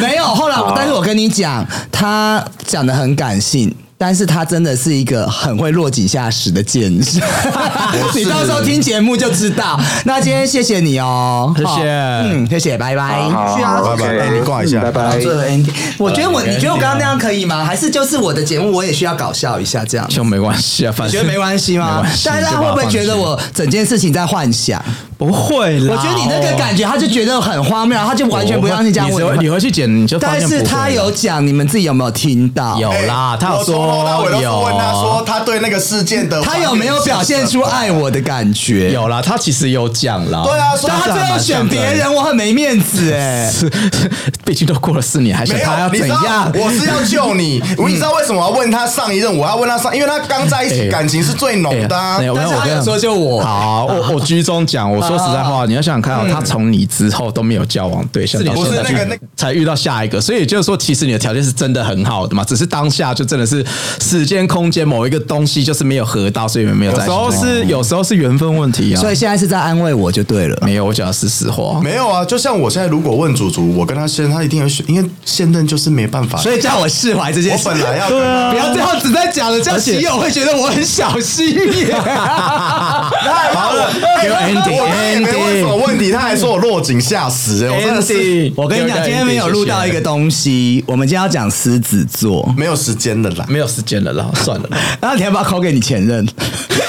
D: 没有，后来我但是我跟你讲，他讲的很感性。但是他真的是一个很会落井下石的剑士， 你到时候听节目就知道。那今天谢谢你哦，
A: 谢谢
D: 好嗯，谢谢，拜拜。
G: 好
D: 去啊
G: 好嗯
C: 拜拜，哎你挂一下，
G: 拜拜。
D: 最后 ending，我觉得我，你觉得我刚刚那样可以吗？还是就是我的节目，我也需要搞笑一下这样？
A: 就没关系啊，反
D: 你
A: 正
D: 觉得没关系吗
A: 没关？系
D: 但是他会不会觉得我整件事情在幻想？
A: 不会啦？
D: 我觉得你那个感觉，他就觉得很荒谬，他就完全不让你这样
A: 你回
D: 问。
A: 你回去剪，你就发
D: 但
A: 现
D: 是
A: 不会
D: 他
A: 了
D: 有讲，你们自己有没有听到？哎啊
A: 有啦，他有说
C: 从头到尾都是问他说
A: 有啊
C: 他对那个事件的
D: 他有没有表现出爱我的感觉？。
A: 有啦，他其实有讲啦。
C: 对啊所以
D: 但他最后选别人，我很没面子哎、
A: 欸是， 毕竟都过了四年，还想
C: 没有
A: 他要
C: 你
A: 怎
C: 知道
A: 样？
C: 我是要救你，你知道为什么我要问他上一任？我要问他上，因为他刚在一
A: 哎
C: 起，
A: 呦
C: 感情是最浓的啊
A: 哎。呀没有
D: 但是
A: 我
D: 他
A: 跟
D: 有
A: 你
D: 说就我
A: 好，我我居中讲，我说实在话，你要想想看哦，他从你之后都没有交往对象，到
C: 不
A: 现在
C: 是那个那
A: 就才遇到下一个，所以也就是说，其实你的条件是真的很好的嘛，只是当下就真的是时间、空间某一个东西就是没有合到，所以没有在一起。有时候是有时候是缘分问题啊
D: 所以现在是在安慰我就对了。
A: 没有，我讲的是实话。
C: 没有啊，就像我现在如果问祖祖，我跟他现他一定会选，因为现任就是没办法。
D: 所以叫我释怀这件
C: 我
D: 事，
C: 本来要
D: 不要这样子在讲了，这样喜友会觉得我很小心眼。
C: 好了，
A: 有
C: 我刚才也没问什么
A: ending，ending。
C: 问题，他还说我落井下石，哎我真的是
A: Andy，
D: 我跟你讲，今天没有录到一个东西，我们今天要讲狮子座。
C: 没有时间的啦。
A: 没有时间了啦，算了啦。
D: 然后你要不要扣给你前任？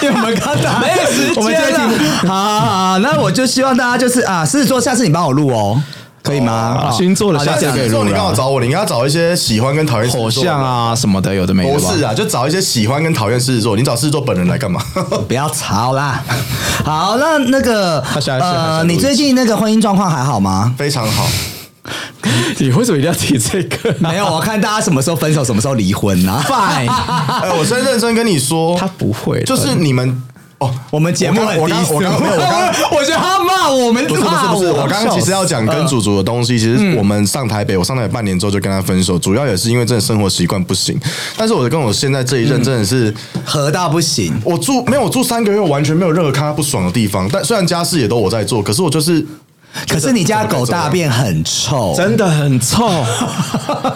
D: 因为我们刚打没有时间我们这一题目好好好，那我就希望大家就是啊，狮子座，下次你帮我录哦，可以吗？哦
A: 啊
D: 好
A: 星座的下
C: 下
A: 次
C: 次
A: 可以
C: 之后
A: 录
C: 你刚好
A: 了。
C: 找我，你应该要找一些喜欢跟讨厌
A: 火
C: 星座
A: 象。啊什么的，有的没的
C: 不
A: 吧。
C: 是啊，就找一些喜欢跟讨厌狮子座。你找狮子座本人来干嘛？
D: 不要吵啦。 好，那那个
A: 他下一次还想
D: 呃，
A: 录
D: 你最近那个婚姻状况还好吗？
C: 非常好，
A: 你为什么一定要提这个啊？
D: 没有，我看大家什么时候分手，什么时候离婚啊。
A: Fine，
C: 哎，我是认真跟你说，
A: 他不会，
C: 就是你们哦，
D: 我们节目很
C: 我
D: 低
C: 刚
D: 俗，
C: 我刚我 刚没有我刚
D: 我觉得他骂我们，
C: 不是不是不是，我刚刚其实要讲跟祖祖的东西，其
D: 嗯
C: 实我们上台北，我上台北半年之后就跟他分手，主要也是因为真的生活习惯不行。但是我跟我现在这一
D: 嗯
C: 任真的是，
D: 合到不行。
C: 我住没有我住三个月，完全没有任何看他不爽的地方。但虽然家事也都我在做，可是我就是，
D: 可是你家狗大便很臭，
A: 真的很臭。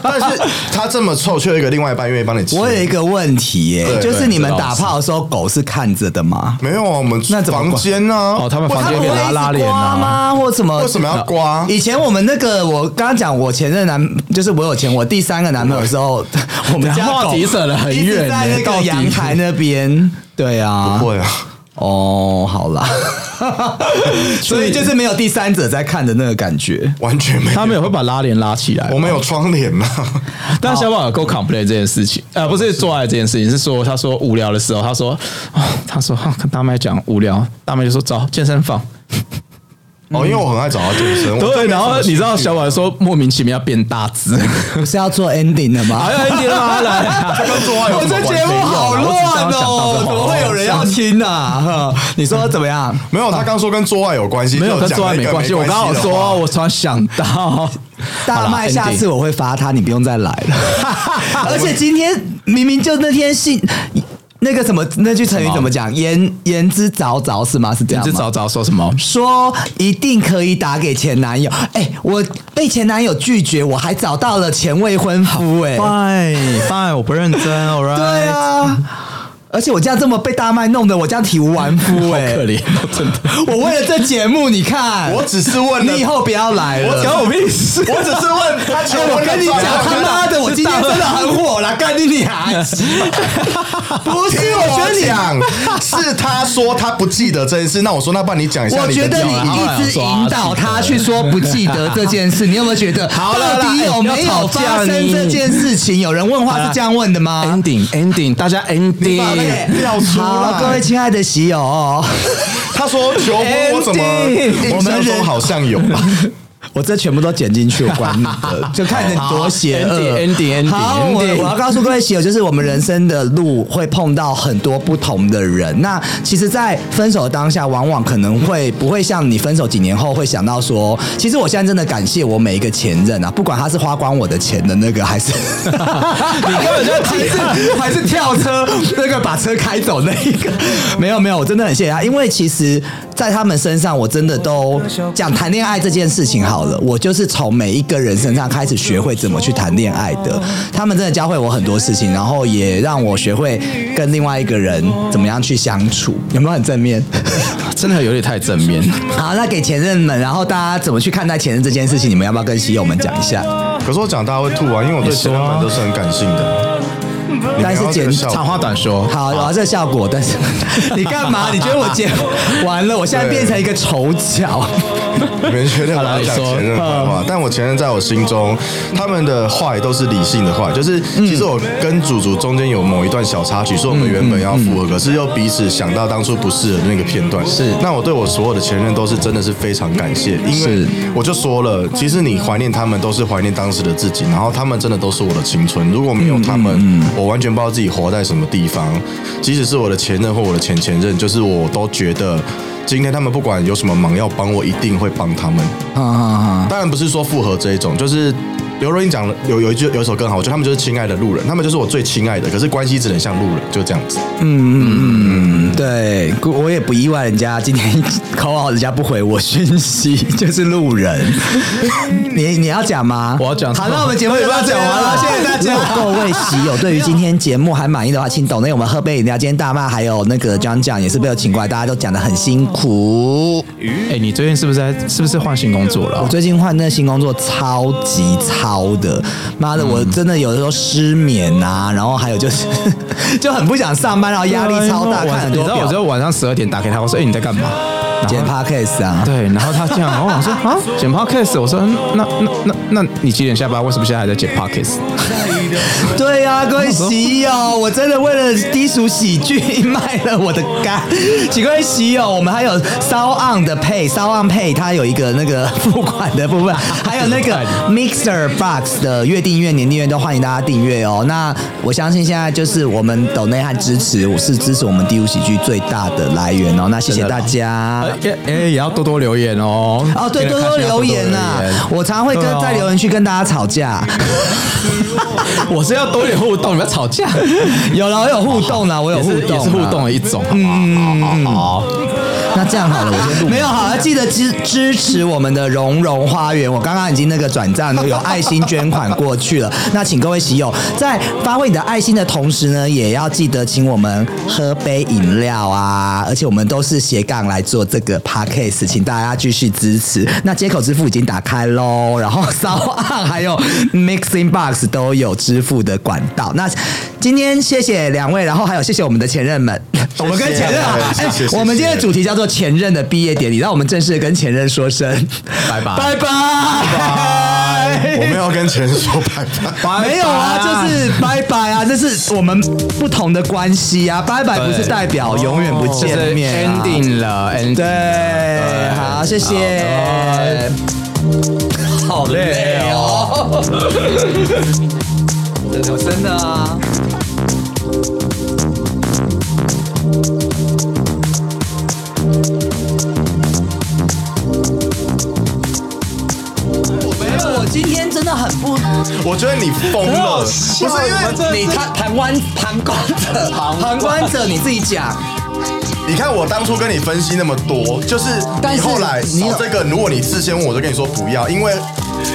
C: 但是 他这么臭，却有一个另外一半愿意帮你吃。
D: 我有一个问题耶、
C: 对
D: 就是你们
A: 对
D: 打炮的时候，狗是看着的吗？
C: 没有啊，我们
D: 那怎么
C: 房间呢、啊？
A: 哦，他们房间变拉拉链
D: 刮
A: 啊。
D: 吗？或什么？
C: 为什么要刮？
D: 以前我们那个，我刚刚讲我前任男，就是我有前我第三个男朋友的时候， 我们家
A: 话
D: 狗
A: 题扯得很
D: 一直
A: 远
D: 在
A: 耶
D: 那
A: 到
D: 个
A: 底
D: 阳台那 边。对啊，
C: 不会啊，
D: 哦，好啦，所以就是没有第三者在看的那个感 觉。
C: 完全没有。
A: 他们也会把拉帘拉起来，
C: 我们有窗帘啊呐、
A: 但小宝有 go complain 这件事情，呃，不是做爱这件事情，是说他说无聊的时候，他说，哦、他说、哦跟大麦讲无聊，大麦就说走健身房，
C: 哦，因为我很爱找他健身。我
A: 对，然后你知道小宝说莫名其妙变大只，
D: 不是要做 ending 的吗
A: 好？像一点拉 来，
C: 跟做爱有
D: 我
C: 什么
D: 这
C: 关系
D: 节目好乱哦，怎么会有人要听啊？呵你说怎么样？
C: 没有，他刚说跟做爱有关系，
A: 没有
C: 就
A: 跟
C: 讲
A: 做爱
C: 了一
A: 没
C: 个
A: 关系，我
C: 的
A: 刚好
C: 话
A: 说，我突然想到，
D: 大麦，下次我会发他，你不用再来了。而且今天明明就那天信那个什么那句成语怎么讲？言言之凿凿是吗？是这
A: 你
D: 样
A: 是
D: 吗
A: 早？早说什么？
D: 说一定可以打给前男友。哎、我被前男友拒绝，我还找到了前未婚夫、哎，
A: fine fine，我不 认真，all right，
D: 对啊。而且我这样这么被大麦弄得，我这样体无完肤
A: 好
D: 哎、
A: 可怜，真的。
D: 我为了这节目，你看，
C: 我只是问了
D: 你以后不要来了。
C: 我
A: 我屁事！
C: 我只是问他求
D: 哎我跟你讲，他妈的，我今天真的很火啦，干你娘！不是，
C: 听
D: 我觉
C: 我
D: 得你，
C: 讲，是他说他不记得这件事，那我说那不然你讲一下
D: 我
C: 你
D: 觉
C: 的
D: 得
C: 理
D: 你
C: 由啊，
D: 一直引导他去说不记得这件事，你有没有觉得？
A: 好了啦
D: 到底有没有发生这件事情？有人问话是这样问的吗？
A: ending ending，大家 ending，
C: 把那个调出
D: 好，
C: 来。
D: 各位，亲爱的喜友哦，
C: 他说求婚我怎么
D: Andy，
C: 印象中好像 有吧？
D: 我这全部都剪进去，我管你的，就看你多邪恶。
A: Ending，ending，ending，
D: 好，我
A: ending
D: 我要告诉各位喜友，就是我们人生的路会碰到很多不同的人。那其实，在分手的当下，往往可能会不会像你分手几年后会想到说，其实我现在真的感谢我每一个前任啊，不管他是花光我的钱的那个，还是你根本就还是还是跳车那个把车开走那一个，没有没有，我真的很谢谢他，因为其实，在他们身上，我真的都讲谈恋爱这件事情好了，我就是从每一个人身上开始学会怎么去谈恋爱的。他们真的教会我很多事情，然后也让我学会跟另外一个人怎么样去相处，有没有很正面？
A: 真的有点太正面。
D: 好，那给前任们，然后大家怎么去看待前任这件事情？你们要不要跟喜友们讲一下？
C: 可是我讲大家会吐啊，因为我对前任们都是很感性的。你
D: 但
C: 们
D: 是
C: 要这
D: 简
C: 个效果
A: 长话短说，
D: 好，我要这个效 果，但是你干嘛？你觉得我剪完了，我现在变成一个丑角，
C: 你们觉得我要讲前任的坏话，但我前任在我心中，他们的坏都是理性的坏，就是其实我跟祖祖中间有某一段小插曲，是我们原本要复合，可是又彼此想到当初不适合的那个片段。是，那我对我所有的前任都是真的是非常感谢，因为
B: 是
C: 我就说了，其实你怀念他们都是怀念当时的自己，然后他们真的都是我的青春，如果没有他们，我完全不知道自己活在什么地方。即使是我的前任或我的前前任，就是我都觉得。今天他们不管有什么忙要帮我，一定会帮他们。
B: 啊啊
C: 当然不是说复合这一种，就是刘若英讲了有有一句有一首歌很好，我觉得他们就是亲爱的路人，他们就是我最亲爱的，可是关系只能像路人，就这样子。
D: 对，我也不意外，人家今天考好，人家不回我讯息，就是路人。你你要讲吗？
A: 我要讲
D: 好，那我们节目就到这完了，谢谢大家。如果各位喜友对于今天节目还满意的话，请抖内我们喝杯饮料。今天大骂还有那个讲讲也是被我请过来，大家都讲的很辛苦。
A: 哎、你最近是不是在是不是换新工作了啊、
D: 我最近换那新工作超级超的，妈的，我真的有的时候失眠啊，然后还有就是就很不想上班，然后压力超大，
A: 对啊
D: 看很
A: 因为我你
D: 多
A: 知道
D: 表
A: 我只有晚上十二点打给他，我说：“哎、你在干嘛？”然后
D: 剪 podcast 啊。
A: 对，然后他这样，然后我 说：“啊，剪 podcast。”我说：“嗯那那那那你几点下班？为什么现在还在剪 podcast？”
D: 对呀、各位喜友，我真的为了低俗喜剧卖了我的肝。请各位喜友，我们还有骚 on 的配，骚 on 配它有一个那个付款的部分，还有那个 Mixer Box 的月订阅、年订阅都欢迎大家订阅哦。那我相信现在就是我们抖内和支持，我是支持我们低俗喜剧最大的来源哦。那谢谢大家。
A: 也哎也也要多多留言哦。
D: 哦，对，多多留言呐、我常会跟
A: 对啊
D: 在留言区跟大家吵架。
A: 我我是要多一点互动，你们吵 架
D: 有了，我有互动啦，我有
A: 也
D: 互
A: 是
D: 动
A: 也
D: 啊啦，
A: 是互动的一种，好不好？嗯，好，
D: 那这样好了，我 先录。没有好了，记得支支持我们的蓉蓉花园。我刚刚已经那个转账有爱心捐款过去了。那请各位喜友在发挥你的爱心的同时呢，也要记得请我们喝杯饮料啊！而且我们都是斜杠来做这个 podcast，请大家继续支持。那接口支付已经打开喽，然后骚岸还有 Mixing Box 都有支付的管道。那今天谢谢两位，然后还有谢谢我们的前任们，我们跟前任啊，
C: 谢
D: 哎
C: 谢谢谢
D: 我们今天的主题叫做前任的毕业典礼，让我们正式的跟前任说声
A: 拜拜
D: 拜拜。
C: 我没有跟前任说拜拜。
D: 没有啊，就是拜拜啊，这是我们不同的关系啊，拜拜不是代表永远不
A: 就是
D: 见面、啊。
A: ending 了，ending
D: 对
A: 了，
D: 好，谢谢。好累
C: 哎
D: 哦，真的真的啊。没有，我今天真的很不
C: 我觉得你疯了，不是因为
D: 你旁旁观旁 观者，旁观者你自己讲。
C: 你看我当初跟你分析那么多，就是
D: 但
C: 你
D: 是
C: 后来
D: 你有
C: 找这个，如果你事先问我，就跟你说不要，因为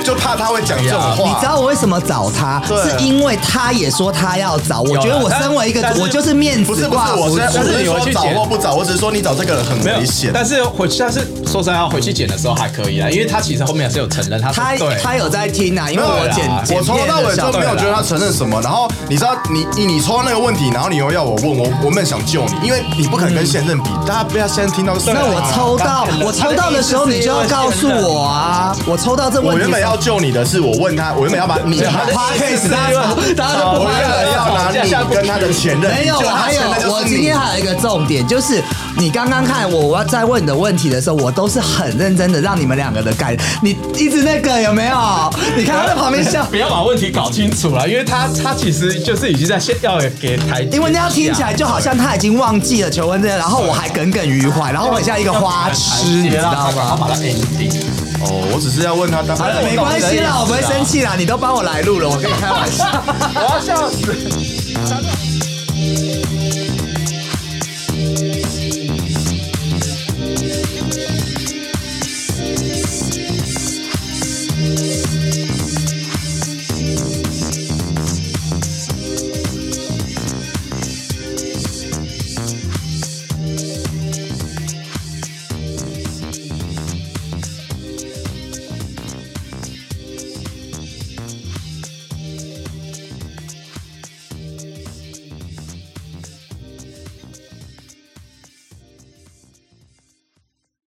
C: 就怕他会讲这种
D: 你知
C: 话。
D: 道我为什么找他？
C: 对
D: 是因为他也说他要找。我觉得我身为一个，我就是面
C: 不是
D: 子
C: 不是，
D: 挂
C: 我
D: 不
C: 是
D: 住。
C: 我是
A: 你回
C: 说
A: 去
C: 找
A: 剪
C: 或不找，我只是说你找这个人很
A: 没有
C: 危险。
A: 但是回但是说真话，回去剪的时候还可以啊啦，因为他其实后面还是有承认他
D: 他
A: 是对。
D: 他有在听啊，因为我剪
A: 啦
D: 剪
C: 我从头
D: 片
C: 到
D: 的
C: 尾
D: 时候
C: 都没有觉得他承认什么。然后你知道，你你你抽到那个问题，然后你又要我问我，我们想救你，因为你不肯跟现任比，大家不要先听到是
D: 那我
C: 吧
D: 抽到我抽到的时候，你就要告诉我啊！我抽到这
C: 我
D: 问题
C: 原本要救你的是，我问他，我原本要把你
D: 他的 podcast 大家都大家都不
C: 我
D: 拍
C: 原
D: 了
C: 本要拿你跟他的前任，
D: 没有，
C: 你救他
D: 还有
C: 前任就是
D: 我
C: 你
D: 今天还有一个重点，就是你刚刚看我，我要在问你的问题的时候，我都是很认真的让你们两个的感，你一直那个有没有？你看他在旁边 笑，
A: 不要把问题搞清楚了，因为他他其实就是已经在先要给台阶
D: 因为那样听起来就好像他已经忘记了求婚这件，然后我还耿耿于怀，然后我很像一个花痴，你知道吗？
A: 把它 ending。
C: 哦，我只是要问他当
D: 好 了，没关系啦，我不会生气啦，你都帮我来录了，我跟你开玩笑。
A: 我要笑死。